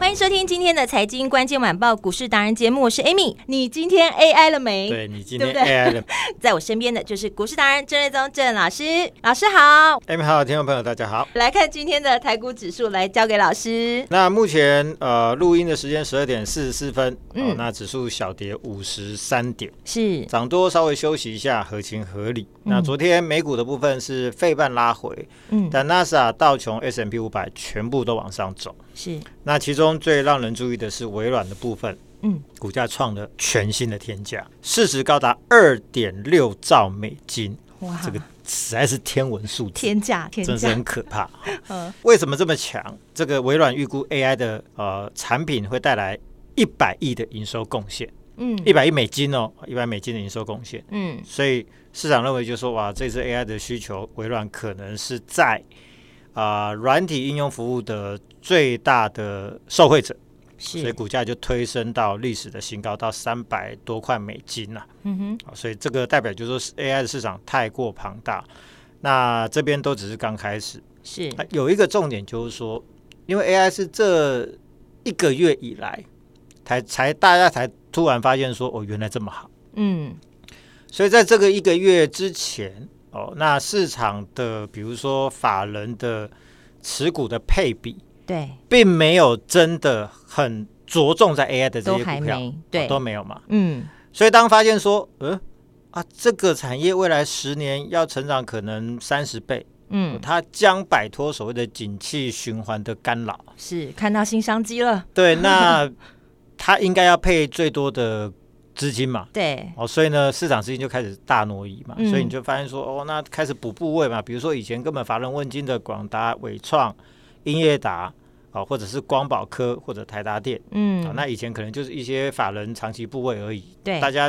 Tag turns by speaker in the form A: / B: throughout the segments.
A: 欢迎收听今天的财经关键晚报股市达人节目，我是 Amy。你今天 AI 了没？
B: 对你今天
A: 对不对
B: AI 的
A: 在我身边的就是股市达人郑瑞宗郑老师，老师好。
B: M 哎好，听众朋友大家好。
A: 来看今天的台股指数，来交给老师。
B: 那目前呃录音的时间十二点四十四分，哦
A: 嗯，
B: 那指数小跌五十三点，
A: 是
B: 涨多稍微休息一下，合情合理。那昨天美股的部分是费半拉回，
A: 嗯
B: 但 NASA 道琼 S M P 五百全部都往上走。
A: 是，
B: 那其中最让人注意的是微软的部分，
A: 嗯，
B: 股价创了全新的天价，市值高达二点六兆美金，
A: 哇，
B: 这个实在是天文数字。
A: 天价天
B: 真是
A: 价
B: 很，可怕。
A: 嗯
B: 为什么这么强？这个微软预估 AI 的呃产品会带来一百亿的营收贡献，
A: 嗯
B: 一百亿美金哦，一百美金的营收贡献。
A: 嗯
B: 所以市场认为就说，哇，这次 AI 的需求，微软可能是在啊、软体应用服务的最大的受惠者，所以
A: 是，
B: 股价就推升到历史的新高，到三百多块美金呐、
A: 嗯哼，
B: 好所以这个代表就是说是 AI 的市场太过庞大。那这边都只是刚开始，
A: 是
B: 啊有一个重点就是说，因为 AI 是这一个月以来才才大家才突然发现说，哦，原来这么好。
A: 嗯
B: 所以在这个一个月之前，哦，那市场的比如说法人的持股的配比，
A: 对，
B: 并没有真的很着重在 AI 的这
A: 都
B: 些
A: 还
B: 股票，
A: 没
B: 哦
A: 对
B: 都没有嘛。
A: 嗯
B: 所以当发现说，呃。啊，这个产业未来十年要成长可能三十倍，
A: 嗯
B: 它将摆脱所谓的景气循环的干扰。
A: 是看到新商机了，
B: 对，那它应该要配最多的资金嘛。
A: 对，
B: 哦，所以呢，市场资金就开始大挪移嘛，
A: 嗯
B: 所以你就发现说，哦，那开始补部位嘛，比如说以前根本乏人问津的广达、伟创、英业达，哦，或者是光宝科或者台达电，啊、
A: 嗯
B: 那以前可能就是一些法人长期部位而已，
A: 对
B: 大，家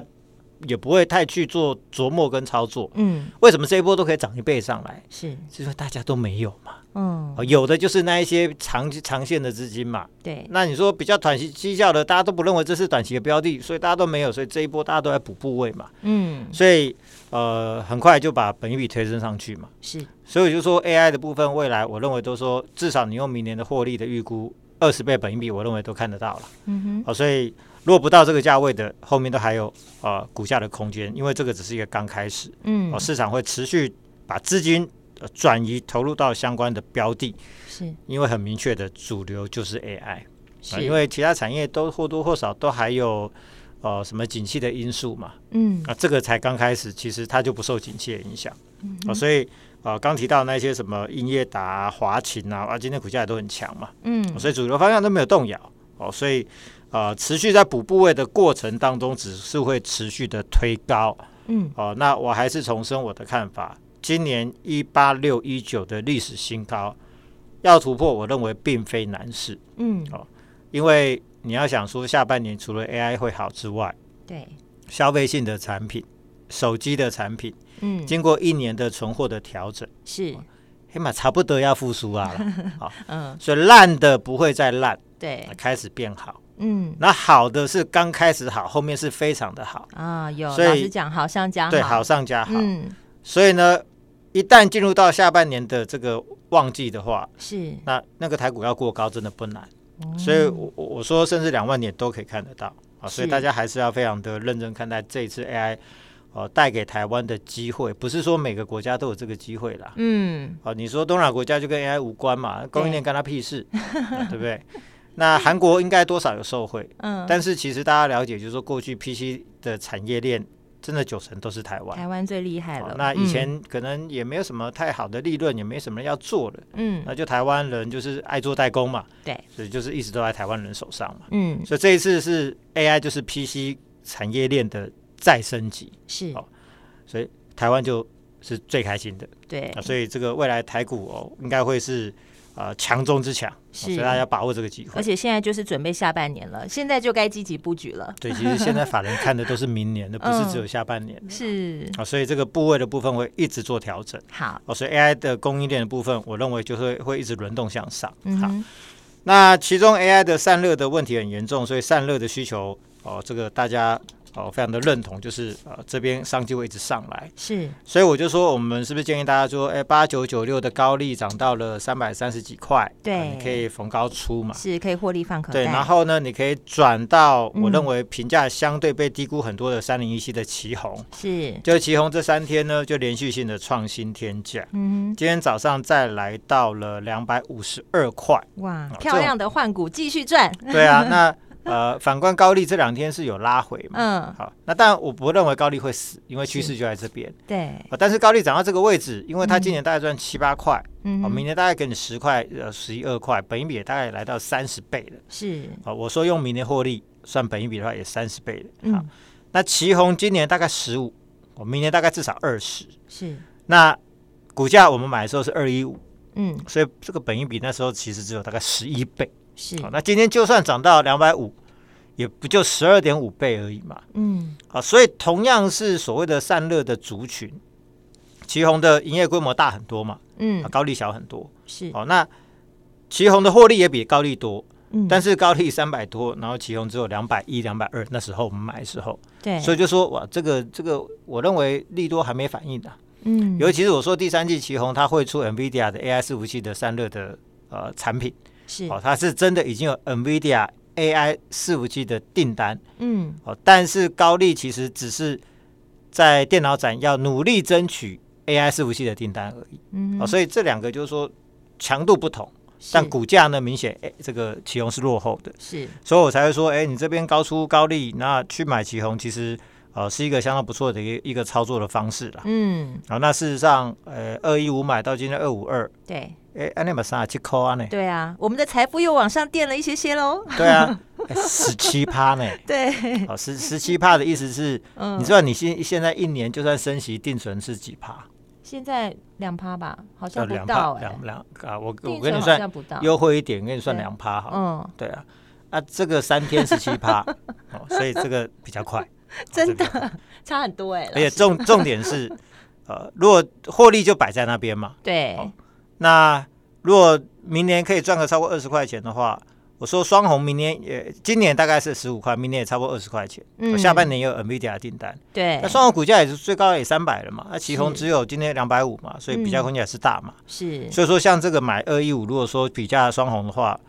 B: 也不会太去做琢磨跟操作。
A: 嗯
B: 为什么这一波都可以涨一倍上来？
A: 是，
B: 是因为大家都没有嘛，
A: 嗯
B: 哦有的就是那一些长长线的资金嘛，
A: 对，
B: 那你说比较短期绩效的，大家都不认为这是短期的标的，所以大家都没有，所以这一波大家都在补部位嘛，
A: 嗯
B: 所以呃很快就把本益比推升上去嘛。
A: 是，
B: 所以我就说 AI 的部分，未来我认为都说至少你用明年的获利的预估，二十倍本益比，我认为都看得到了。
A: 嗯哼
B: 哦，所以如果不到这个价位的，后面都还有呃股价的空间，因为这个只是一个刚开始，
A: 嗯
B: 哦，市场会持续把资金呃转移投入到相关的标的，
A: 是
B: 因为很明确的主流就是 AI。啊，
A: 是，
B: 因为其他产业都或多或少都还有呃什么景气的因素嘛，
A: 嗯
B: 啊，这个才刚开始，其实它就不受景气的影响，
A: 嗯
B: 啊，所以呃刚提到那些什么英业达啊、华勤啊，啊，今天股价也都很强嘛，啊
A: 嗯
B: 所以主流方向都没有动摇，哦，所以呃持续在补部位的过程当中，只是会持续的推高，
A: 嗯
B: 哦，那我还是重申我的看法，今年一八六一九的历史新高要突破，我认为并非难事。
A: 嗯
B: 因为你要想说下半年除了 AI 会好之外，
A: 对，
B: 消费性的产品、手机的产品，
A: 嗯
B: 经过一年的存货的调整，
A: 是，
B: 黑马差不多要复苏啊了， 好，
A: 嗯
B: 所以烂的不会再烂，
A: 对，
B: 开始变好。
A: 嗯
B: 那好的是刚开始好，后面是非常的好，
A: 啊有
B: 所
A: 老
B: 以
A: 师讲啊好像讲
B: 对，好上加好。
A: 嗯
B: 所以呢，一旦进入到下半年的这个旺季的话，
A: 是，
B: 那那个台股要过高真的不难，
A: 哦
B: 所以我我我说甚至两万点都可以看得到啊，所
A: 是
B: 以大家还是要非常的认真看待这一次 AI 呃带给台湾的机会，不是说每个国家都有这个机会啦。
A: 嗯
B: 啊，你说东南亚国家就跟 AI 无关嘛，供应链
A: 对
B: 干他 屁事，啊对不对？那韩国应该多少有受惠，
A: 嗯
B: 但是其实大家了解，就是说过去 PC 的产业链真的九成都是台湾。
A: 台湾最嗯厉害
B: 好
A: 了。
B: 那以前可能也没有什么太好的利润，也没什么人要做的，
A: 嗯，嗯，
B: 那就台湾人就是爱做代工嘛，
A: 对，
B: 所以就是一直都在台湾人手上嘛。
A: 嗯，
B: 所以这一次是 AI 就是 PC 产业链的再升级，
A: 是
B: 好所以台湾就是最开心的。
A: 对
B: 啊，，所以这个未来台股哦，应该会是啊强中之强，啊
A: 是
B: 所以大家把握这个机会
A: 而。且现在就是准备下半年了，现在就该积极布局了。
B: 对，其实现在法人看的都是 明年的，不是只有下半年
A: 嗯
B: 的
A: 是，
B: 啊，所以这个部位的部分会一直做调整。
A: 好，
B: 哦，所以 AI 的供应链的部分，我认为就会会一直轮动向上。
A: 嗯
B: 好，
A: 哼，
B: 那其中 AI 的散热的问题很严重，所以散热的需求哦，这个大家哦非常的认同，就是呃这边商机会一直上来。
A: 是，
B: 所以我就说，我们是不是建议大家说，哎，八九九六的高利涨到了三百三十几块，
A: 对
B: 啊你可以逢高出嘛。
A: 是可以获利放口袋。
B: 对，然后呢，你可以转到
A: 嗯
B: 我认为评价相对被低估很多的三零一七的旗红，
A: 是，
B: 就旗红这三天呢就连续性的创新天价，
A: 嗯
B: 今天早上再来到了两百五十二块。
A: 哼，哇，
B: 哦
A: 漂亮的换股继续赚。
B: 对啊，那呃，反观高利这两天是有拉回嘛？
A: 嗯，
B: 好，那当然我不认为高利会死，因为趋势就在这边。
A: 对，
B: 啊但是高利涨到这个位置，因为它今年大概赚七八块，哦
A: 嗯
B: 好，明
A: 哼，
B: 年大概给你十块，呃，十一二块，本一比也大概来到三十倍了。
A: 是，
B: 啊，我说用明年获利算本一比的话，也三十倍了。好，
A: 嗯，
B: 那旗宏今年大概十五，我明年大概至少二十。
A: 是，
B: 那股价我们买的时候是二一五，
A: 嗯，
B: 所以这个本一比那时候其实只有大概十一倍。
A: 是，
B: 好，那今天就算涨到两百五，也不就十二点五倍而已嘛。
A: 嗯，
B: 啊，所以同样是所谓的散热的族群，旗宏的营业规模大很多嘛，啊
A: 嗯，
B: 高利小很多。
A: 是，
B: 哦，那旗宏的获利也比高利多，
A: 嗯，
B: 但是高利三百多，然后旗宏只有两百一、两百二，那时候我们买的时候，
A: 对，
B: 所
A: 以，
B: 以就说哇，这个这个，我认为利多还没反应的、啊
A: 嗯，
B: 尤其是我说第三季旗宏它会出 NVIDIA 的 AI 伺服器的散热的呃产品，
A: 是，
B: 哦，它是真的已经有 NVIDIA AI 伺服器的订单，
A: 嗯，
B: 哦，但是高利其实只是在电脑展要努力争取 AI 伺服器的订单而已，
A: 嗯
B: 哦，
A: 哼，
B: 所以这两个就是说强度不同。
A: 是
B: 但股价呢，明显哎、这个旗宏是落后的，
A: 是，
B: 所以我才会说，哎、你这边高出高利，那去买旗宏，其实呃是一个相当不错的一个一个操作的方式啦。
A: 嗯，
B: 好、那事实上，呃，二一五买到今天二五二，
A: 对，
B: 哎，安内玛三七扣啊呢？
A: 对啊，我们的财富又往上垫了一些些喽。
B: 对啊，十七趴呢？
A: 对，
B: 好，十十七趴的意思是，
A: 嗯，
B: 你知道你现现在一年就算升息定存是几趴？
A: 现在两趴吧，好
B: 呃
A: 像不
B: 两趴
A: 到，哎、
B: 两两啊，我
A: 定
B: 我跟
A: 存
B: 你
A: 好
B: 算
A: 像不到，
B: 优惠一点，跟你算
A: 对
B: 两趴好了。
A: 嗯，
B: 对啊，啊，这个三天十七 趴，哦，所以这个比较快，
A: 真的
B: 哦这个
A: 差很多哎、
B: 而且重重点是，呃，如果获利就摆在那边嘛，
A: 对，
B: 哦那如果明年可以赚个超过二十块钱的话，我说双红明年也，今年大概是十五块，明年也差不多二十块钱，哦
A: 嗯
B: 我下半年也有 NVIDIA 的订单，
A: 对
B: 那，双红股价也是最高也三百了嘛，那旗宏
A: 哎是
B: 只有今天两百五嘛，所以比价
A: 嗯
B: 空间也是大嘛，
A: 是，
B: 所以说像这个买二一五，如果说比价双红的话，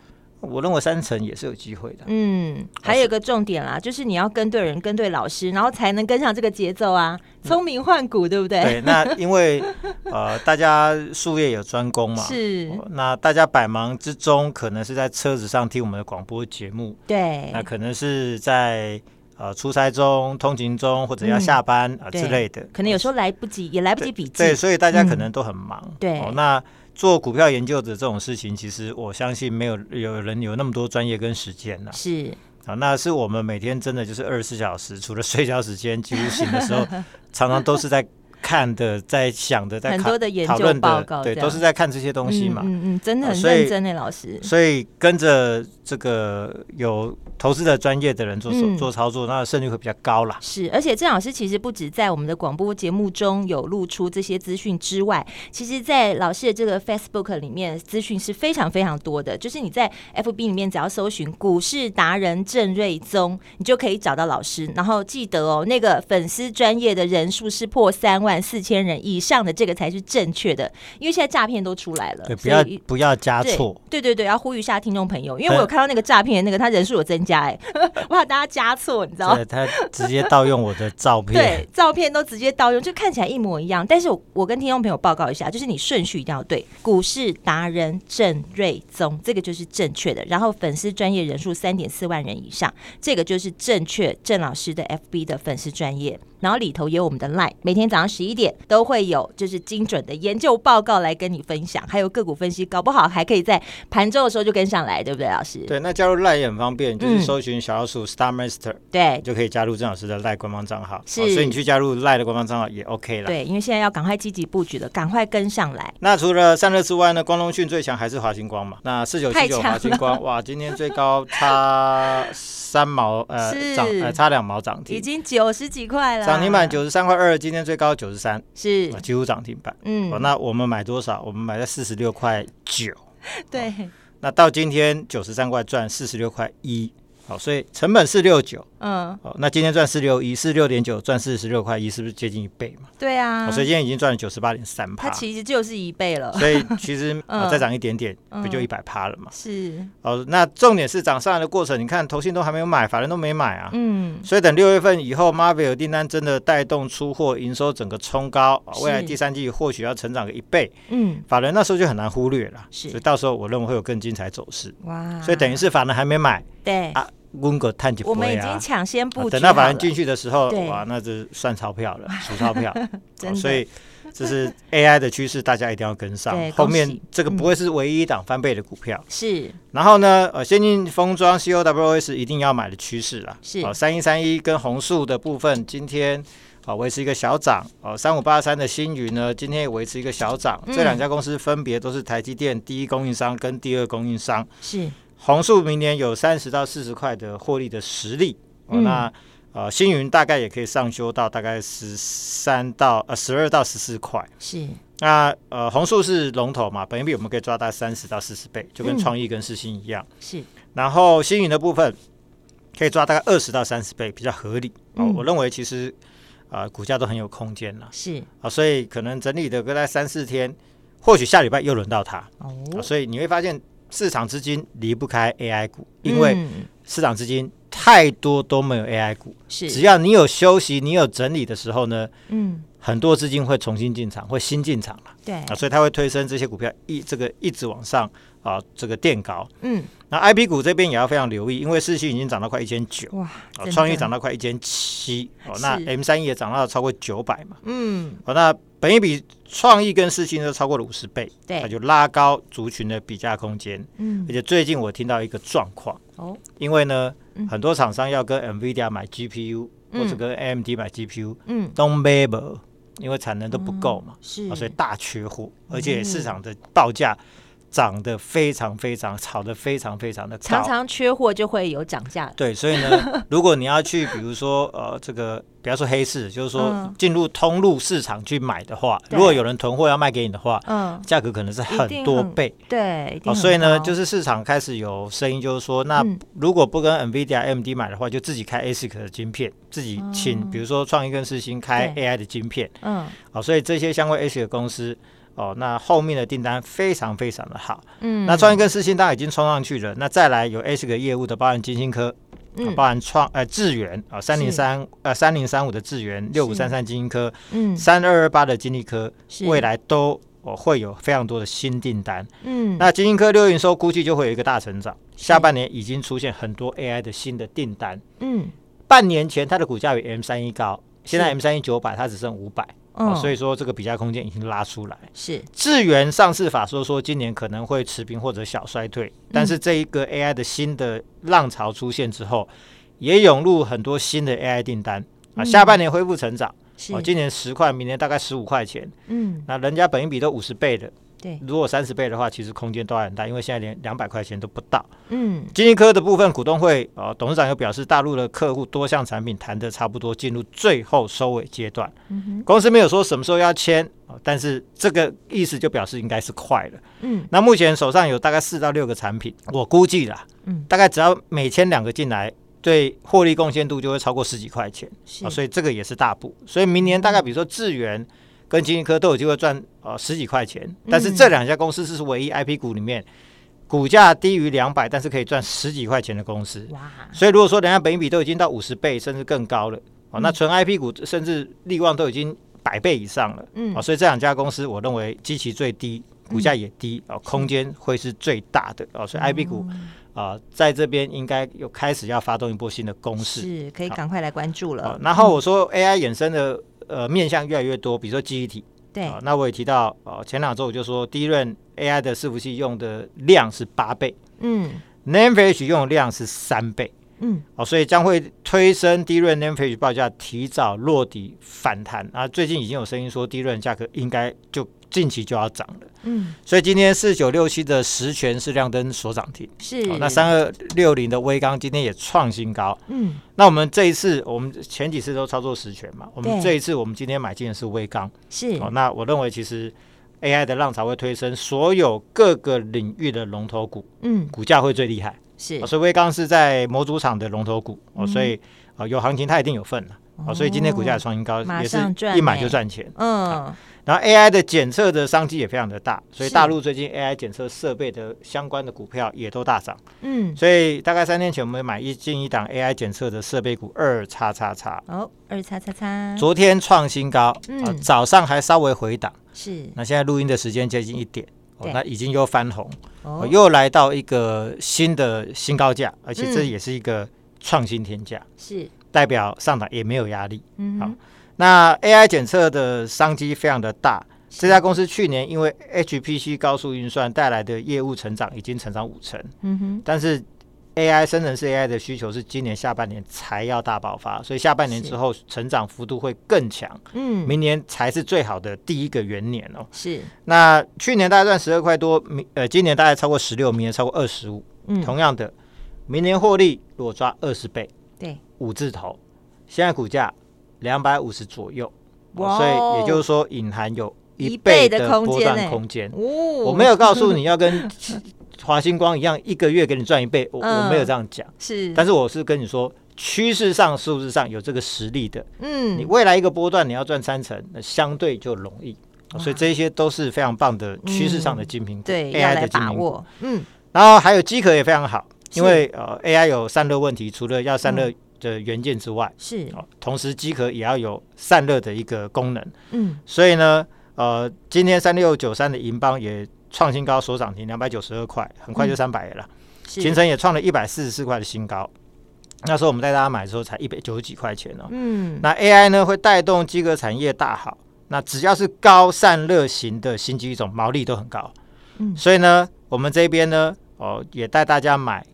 B: 我认为三成也是有机会的。
A: 嗯，还有一个重点啦，就是你要跟对人、跟对老师，然后才能跟上这个节奏啊。聪明换股，对不对？
B: 对，那因为呃，大家术业有专攻嘛，
A: 是，
B: 哦。那大家百忙之中，可能是在车子上听我们的广播节目，
A: 对
B: 那，可能是在呃出差中、通勤中，或者要
A: 嗯
B: 下班啊、
A: 对
B: 之类的。
A: 可能有时候来不及，也来不及笔记
B: 对，。所以大家可能都很忙。哦
A: 对
B: 那做股票研究的这种事情，其实我相信没有有人有那么多专业跟时间呐、
A: 是，
B: 啊，那是我们每天真的就是二十四小时，除了睡觉时间，几乎醒的 时候，常常都是在看的、在想的、在
A: 很
B: 考
A: 多的研
B: 讨
A: 究
B: 论
A: 报
B: 的
A: 告
B: 对，
A: 这
B: 都
A: 样
B: 是在看这些东西嘛。
A: 嗯嗯嗯，真的
B: 啊
A: 很
B: 所以
A: 认真的老师。
B: 所以跟着这个有投资的专业的人做手、
A: 嗯
B: 做操作，那胜率会比较高啦。
A: 是，而且郑老师其实不止在我们的广播节目中有露出这些资讯之外，其实，在老师的这个 Facebook 里面资讯是非常非常多的。就是你在 FB 里面只要搜寻“股市达人郑瑞宗”，你就可以找到老师。然后记得哦，那个粉丝专业的人数是破三万，万四千人以上的这个才是正确的，因为现在诈骗都出来了，
B: 对，不
A: 呃所
B: 要
A: 以
B: 不要加
A: 对
B: 错，
A: 对对对，要呼吁一下听众朋友，因为
B: 还
A: 我有看到那个诈骗的那个，他人数有增加、哎， 我怕大家加错，你知道吗
B: 对，？他直接盗用我的 照片
A: 对，，照片都直接盗用，就看起来一模一样。但是我我跟听众朋友报告一下，就是你顺序一定要对，股市达人郑瑞宗这个就是正确的，然后粉丝专业人数三点四万人以上，这个就是正确郑老师的 FB 的粉丝专业。然后里头也有我们的 Line，每天早上十一点都会有就是精准的研究报告来跟你分享，还有个股分析，搞不好还可以在盘中的时候就跟上来，对不对，老师？
B: 对，那加入赖也很方便，就是
A: 嗯
B: 搜寻小老鼠 Star Master，
A: 对
B: 就可以加入郑老师的赖官方账号，
A: 是
B: 哦所以你去加入赖的官方账号也 OK 啦。
A: 对，因为现在要赶快积极布局了，赶快跟上来。
B: 那除了散热之外呢，光通讯最强还是华星光嘛？那四九
A: 太
B: 七
A: 强
B: 九
A: 了
B: 华星光，哇，今天最高差三毛，呃，
A: 是
B: 涨呃差两毛涨
A: 已
B: 停，
A: 经九十几块了，
B: 涨停板九十三块二，今天最高九十三，
A: 是
B: 啊，几乎涨停板。
A: 嗯
B: 哦，那我们买多少？我们买在四十六块九，
A: 对
B: 那到今天九十三块赚四十六块一，好，所以成本是六九，
A: 嗯
B: 哦，那今天赚四六一，四六点九赚四十六块一，是不是接近一倍嘛？
A: 对啊
B: 哦，所以今天已经赚了九十八点三
A: 它
B: 趴，
A: 其实就是一倍了，
B: 所以其实
A: 嗯
B: 哦再涨一点点，不就
A: 嗯
B: 一百趴了嘛？
A: 是
B: 哦，那重点是涨上来的过程，你看投信都还没有买，法人都没买啊。
A: 嗯
B: 所以等六月份以后，Marvel 订单真的带动出货营收整个冲高，哦
A: 是
B: 未来第三季或许要成长个一倍，
A: 嗯
B: 法人那时候就很难忽略了。
A: 是嗯
B: 所以到时候我认为会有更精彩走势。
A: 哇，
B: 所以等于是法人还没买
A: 对，
B: 啊，温哥探几
A: 我
B: 波
A: 们已
B: 呀
A: 经。抢先
B: 啊
A: 布局，
B: 等到法人进，去的时候，
A: 对
B: 哇，那就算钞票 了，数钞票。
A: 真的
B: 哦所以 这是 AI 的趋势，大家一定要跟上
A: 对。
B: 后
A: 恭
B: 面
A: 喜
B: 这个不会是唯一一档翻倍的股票。
A: 是
B: 然后呢，呃，先进封装 COWS 一定要买的趋势啦，
A: 是
B: 哦，三一三一跟红树的部分，今天啊、维持一个小涨，哦，三五八三的新宇呢，今天也维持一个小涨，
A: 嗯
B: 这两家公司分别都是台积电第一供应商跟第二供应商，
A: 是
B: 红树明年有三十到四十块的获利的实力，哦，
A: 嗯
B: 那。呃，星云大概也可以上修到大概十三到呃十二到十四块。
A: 是
B: 那呃，红树是龙头嘛，本益比我们可以抓到三十到四十倍，就跟
A: 嗯
B: 创意跟世新一样。
A: 是
B: 然后星云的部分可以抓大概二十到三十倍，比较合理。哦
A: 嗯，
B: 我认为其实呃股价都很有空间了
A: 是
B: 啊，所以可能整理的大概三四天，或许下礼拜又轮到它、啊
A: 哦，
B: 所以你会发现市场资金离不开 AI 股，因为
A: 嗯
B: 市场资金太多都没有 AI 股，只
A: 是
B: 要你有休息，你有整理的时候呢，
A: 嗯
B: 很多资金会重新进场，会新进场了
A: 对
B: 啊，所以它会推升这些股票一这个一直往上啊，这个垫高。
A: 嗯
B: 那 I P 股这边也要非常留意，因为市区已经涨到快一千九，
A: 哇
B: 啊，
A: 真
B: 创意
A: 的
B: 涨到快一千七，哦，那
A: 是
B: M 三也涨到超过九百嘛，
A: 嗯
B: 哦，那本一比创意跟市区都超过了五十倍，
A: 对
B: 那就拉高族群的比价空间。
A: 嗯
B: 而且最近我听到一个状况，
A: 哦
B: 因为呢
A: 嗯，
B: 很多厂商要跟 NVIDIA 买 GPU
A: 嗯
B: 或者跟 AMD 买 GPU，
A: 嗯哦
B: 都没有，因为产能都不够嘛，
A: 是嗯
B: 啊，所以大缺货，而且市场的报价涨得非常非常，炒得非常非常的高。啊
A: 常常缺货就会有涨价，
B: 对，所以呢， 如果你要去，比如说呃，这个不要说黑市，就是说
A: 嗯
B: 进入通路市场去买的话，
A: 对
B: 如果有人囤货要卖给你的话，
A: 嗯
B: 价格可能是
A: 一
B: 很
A: 定
B: 多
A: 很
B: 倍。
A: 对，一定
B: 哦，
A: 很
B: 所以呢，
A: 高
B: 就是市场开始有声音，就是说，那
A: 嗯
B: 如果不跟 NVIDIA、AMD 啊买的话，就自己开 ASIC 的晶片，自己请，
A: 哦
B: 比如说创意跟世芯开
A: 对
B: AI 的晶片。
A: 嗯
B: 哦，所以这些相关 ASIC 的公司，哦，那后面的订单非常非常的好。
A: 嗯
B: 那创意跟世芯当然已经冲上去了，那再来有 ASIC 的业务的，包含金星科，啊包
A: 嗯
B: 含创呃智源啊三零三呃三零三五的智源，六五三三金科，
A: 嗯
B: 三二二八的金利科，
A: 是
B: 未来都哦会有非常多的新订单。
A: 嗯
B: 那金利科六营收估计就会有一个大成长，下半年已经出现很多 AI 的新的订单。
A: 嗯
B: 半年前它的股价比 M 三一高，现在
A: 是
B: M 三一九百，它只剩五百、哦，
A: 嗯
B: 所以说这个比价空间已经拉出来。
A: 是
B: 智源上市法说说今年可能会持平或者小衰退，
A: 嗯
B: 但是这一个 AI 的新的浪潮出现之后，也涌入很多新的 AI 订单啊，
A: 嗯
B: 下半年恢复成长，
A: 是
B: 哦，今年十块，明年大概十五块钱，
A: 嗯
B: 那人家本益比都五十倍的，
A: 对
B: 如果三十倍的话，其实空间都还很大，因为现在连两百块钱都不到。
A: 嗯
B: 金立科的部分股东会呃，董事长又表示，大陆的客户多项产品谈得差不多，进入最后收尾阶段。
A: 嗯哼
B: 公司没有说什么时候要签、哦但是这个意思就表示应该是快了。
A: 嗯
B: 那目前手上有大概四到六个产品，我估计啦，
A: 嗯
B: 大概只要每签两个进来，对获利贡献度就会超过十几块钱啊、
A: 是
B: 所以这个也是大步。所以明年大概比如说智源跟金立科都有机会赚呃十几块钱，但是
A: 嗯
B: 这两家公司是唯一 IP 股里面股价低于两百，但是可以赚十几块钱的公司。
A: 哇，
B: 所以如果说人家本益比都已经到五十倍甚至更高了，哦，
A: 嗯
B: 那纯 IP 股甚至利旺都已经百倍以上了，
A: 嗯
B: 哦，所以这两家公司我认为基期最低，股价也低，哦，空间会是最大的，哦，所以 IP 股啊、在这边应该有开始要发动一波新的攻势，
A: 是可以赶快来关注
B: 哦
A: 了，。
B: 然后我说 AI 衍生的呃面向越来越多，比如说记忆体，
A: 对
B: 哦，那我也提到哦，前两周我就说第一轮 AI 的伺服器用的量是八倍
A: 嗯
B: n a m e f a g e 用的量是三倍。
A: 嗯，
B: 哦，所以将会推升低润 n a m e p a g e 报价提早落底反弹啊。最近已经有声音说低润价格应该就近期就要涨了，
A: 嗯，
B: 所以今天四九六七的十全是亮灯所涨停，
A: 是
B: 哦、那三二六零的微钢今天也创新高。
A: 嗯
B: 那我们这一次，我们前几次都操作十全嘛，我
A: 对
B: 们这一次我们今天买进的是微钢，
A: 是
B: 哦，那我认为其实 AI 的浪潮会推升所有各个领域的龙头股，
A: 嗯
B: 股价会最厉害。
A: 是
B: 哦所以威刚是在模组厂的龙头股
A: 嗯
B: 哦，所以哦有行情它一定有份了哦，所以今天股价也创新高，
A: 马
B: 也是
A: 上赚
B: 一买
A: 欸
B: 就赚钱。
A: 嗯
B: 然后 AI 的检测的商机也非常的大，所以
A: 是
B: 大陆最近 AI 检测设备的相关的股票也都大涨。
A: 嗯
B: 所以大概三天前我们买一进一档 AI 检测的设备股二叉叉叉，
A: 哦二叉叉叉
B: 昨天创新高，啊
A: 嗯
B: 早上还稍微回档，
A: 是
B: 那现在录音的时间接近一点。哦
A: 对，
B: 那已经又翻红，哦
A: 哦
B: 又来到一个新的新高价，而且这
A: 嗯
B: 也是一个创新天价。
A: 是
B: 代表上涨也没有压力。
A: 嗯
B: 好
A: 哼
B: 那 AI 检测的商机非常的大，这家公司去年因为 HPC 高速运算带来的业务成长已经成长五成，
A: 嗯哼
B: 但是 AI 生成式 AI 的需求是今年下半年才要大爆发，所以下半年
A: 是
B: 之后成长幅度会更强，
A: 嗯
B: 明年才是最好的第一个元年哦。
A: 是
B: 那去年大概赚十二块多，明呃今年大概超过十六，明年超过二十五，
A: 嗯
B: 同样的，明年获利如果抓二十倍，
A: 对
B: 五字头，现在股价两百五十左右，
A: 哇哦
B: 所以也就是说隐含有
A: 一
B: 一
A: 倍
B: 倍
A: 的
B: 的
A: 空
B: 波
A: 间
B: 段
A: 欸
B: 空间。
A: 哦
B: 我
A: 我
B: 没有告诉你要跟华星光一样一个月给你赚一倍，我
A: 嗯
B: 我没有这样讲，
A: 是
B: 但是我是跟你说。趋势上、数字上有这个实力的，
A: 嗯
B: 你未来一个波段你要赚三成，那相对就容易，哦所以这些都是非常棒的趋势上的精品股、
A: 嗯对要
B: AI
A: 来
B: 的精
A: 把
B: 品股。
A: 握嗯
B: 然后还有机壳也非常好，
A: 是嗯
B: 因为呃 AI 有散热问题，除了要散热的元件之外，
A: 是
B: 哦，同时机壳也要有散热的一个功能，
A: 嗯
B: 所以呢，呃，今天三六九三的银邦也创新高，所涨停两百九十二块，很快就三百了。
A: 嗯是
B: 秦晨也创了一百四十四块的新高，那时候我们带大家买的时候才一百九十几块钱哦。
A: 嗯
B: 那 AI 呢会带动机壳产业大好，那只要是高散热型的新机种，毛利都很高。
A: 嗯
B: 所以呢，我们这边呢，哦，也带大家买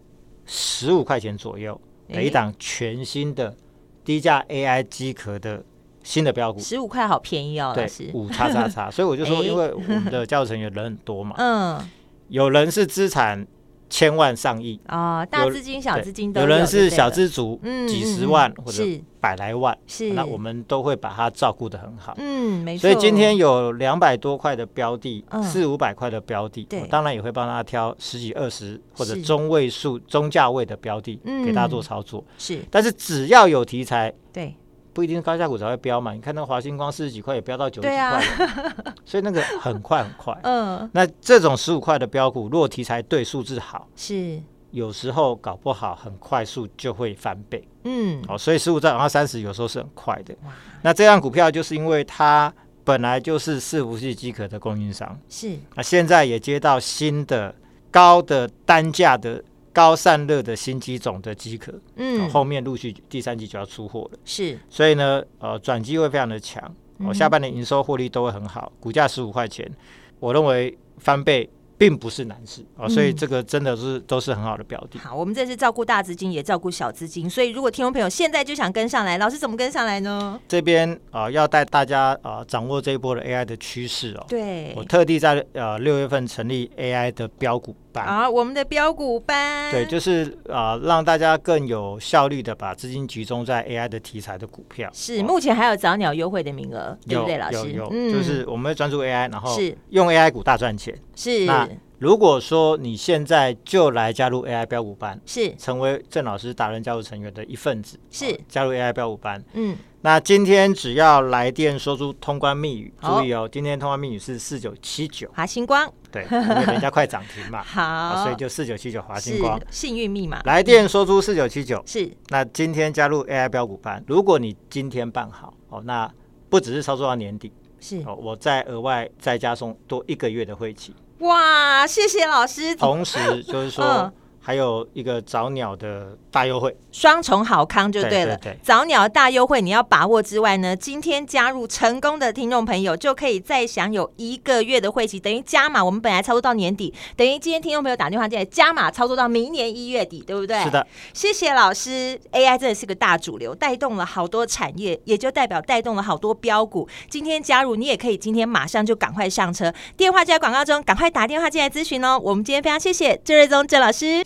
B: 十五块钱左右的
A: 诶
B: 一档全新的低价 AI 机壳的新的标股，
A: 十五块好便宜哦老
B: 对
A: 师，
B: 五叉叉叉。所以我就说，
A: 诶
B: 因为我们的教育成员人很多嘛，
A: 嗯
B: 有人是资产千万上亿，
A: 哦大
B: 有
A: 资金小
B: 对
A: 资金都
B: 有人
A: 就是对
B: 小
A: 了
B: 资族
A: 嗯，
B: 几十
A: 嗯
B: 万
A: 嗯
B: 或者
A: 是
B: 百来万，
A: 是
B: 那我们都会把它照顾得很好。
A: 嗯没错，
B: 所以今天有两百多块的标的
A: 嗯，
B: 四五百块的标的，
A: 对
B: 我当然也会帮大家挑十几、二十或者
A: 是
B: 中位数、中价位的标的
A: 嗯
B: 给大家做操作。
A: 是
B: 但是只要有题材，
A: 对
B: 不一定是高价股才会标嘛。你看那个华星光四十几块也标到九十
A: 对
B: 几
A: 啊
B: 块了， 所以那个很快很快。
A: 嗯
B: 那这种十五块的标股，如果题材对、数字好，
A: 是
B: 有时候搞不好很快速就会翻倍。
A: 嗯
B: 哦，所以十五再涨到三十，有时候是很快的。那这样股票就是因为它本来就是伺服器机壳的供应商，
A: 是
B: 那现在也接到新的高的单价的高散热的新机种的机壳，哦
A: 嗯
B: 后面陆续第三季就要出货了，
A: 是
B: 所以呢，呃，转机会非常的强，
A: 嗯哼
B: 哦，下半年营收获利都会很好，股价十五块钱，我认为翻倍并不是难事哦，所以
A: 嗯
B: 这个真的是都是很好的标的。
A: 好，我们这是照顾大资金，也照顾小资金，所以如果听众朋友现在就想跟上来，老师怎么跟上来呢？
B: 这边啊、呃要带大家啊、呃掌握这一波的 AI 的趋势哦。
A: 对
B: 我特地在呃六月份成立 AI 的标股班。
A: 啊，我们的标股班，
B: 对，就是啊、让大家更有效率的把资金集中在 AI 的题材的股票。
A: 是
B: 哦
A: 目前还有早鸟优惠的名额，对
B: 有
A: 不对，老师？嗯
B: 有有，就是我们会专注 AI，然后
A: 是
B: 用 AI 股大赚钱。
A: 是
B: 那如果说你现在就来加入 AI 标股班，
A: 是
B: 成为郑老师达人加入成员的一份子，
A: 是
B: 哦加入 AI 标股班。
A: 嗯，
B: 那今天只要来电说出通关密语，
A: 好
B: 注意哦，今天通关密语是四九 七九，
A: 华星光
B: 对，因为人家快涨停嘛，啊
A: 好，
B: 所以就四九七九华星
A: 是
B: 光。
A: 幸运密码
B: 来电说出四九七九，
A: 是
B: 那今天加入 AI 标股班，如果你今天办好哦，那不只是操作到年底
A: 是
B: 哦，我再额外再加送多一个月的会期，
A: 哇，谢谢老师，
B: 同时就是 说
A: 嗯
B: 还有一个早鸟的大优惠，
A: 双重好康就
B: 对
A: 对了。
B: 对对
A: 早鸟大优惠你要把握之外呢，今天加入成功的听众朋友就可以再享有一个月的会期，等于加码。我们本来操作到年底，等于今天听众朋友打电话进来加码操作到明年一月底，对不对？
B: 是的，
A: 谢谢老师，AI 真的是个大主流，带动了好多产业，也就代表带动了好多标股。今天加入，你也可以今天马上就赶快上车。电话就在广告中，赶快打电话进来咨询哦。我们今天非常谢谢郑瑞宗郑老师。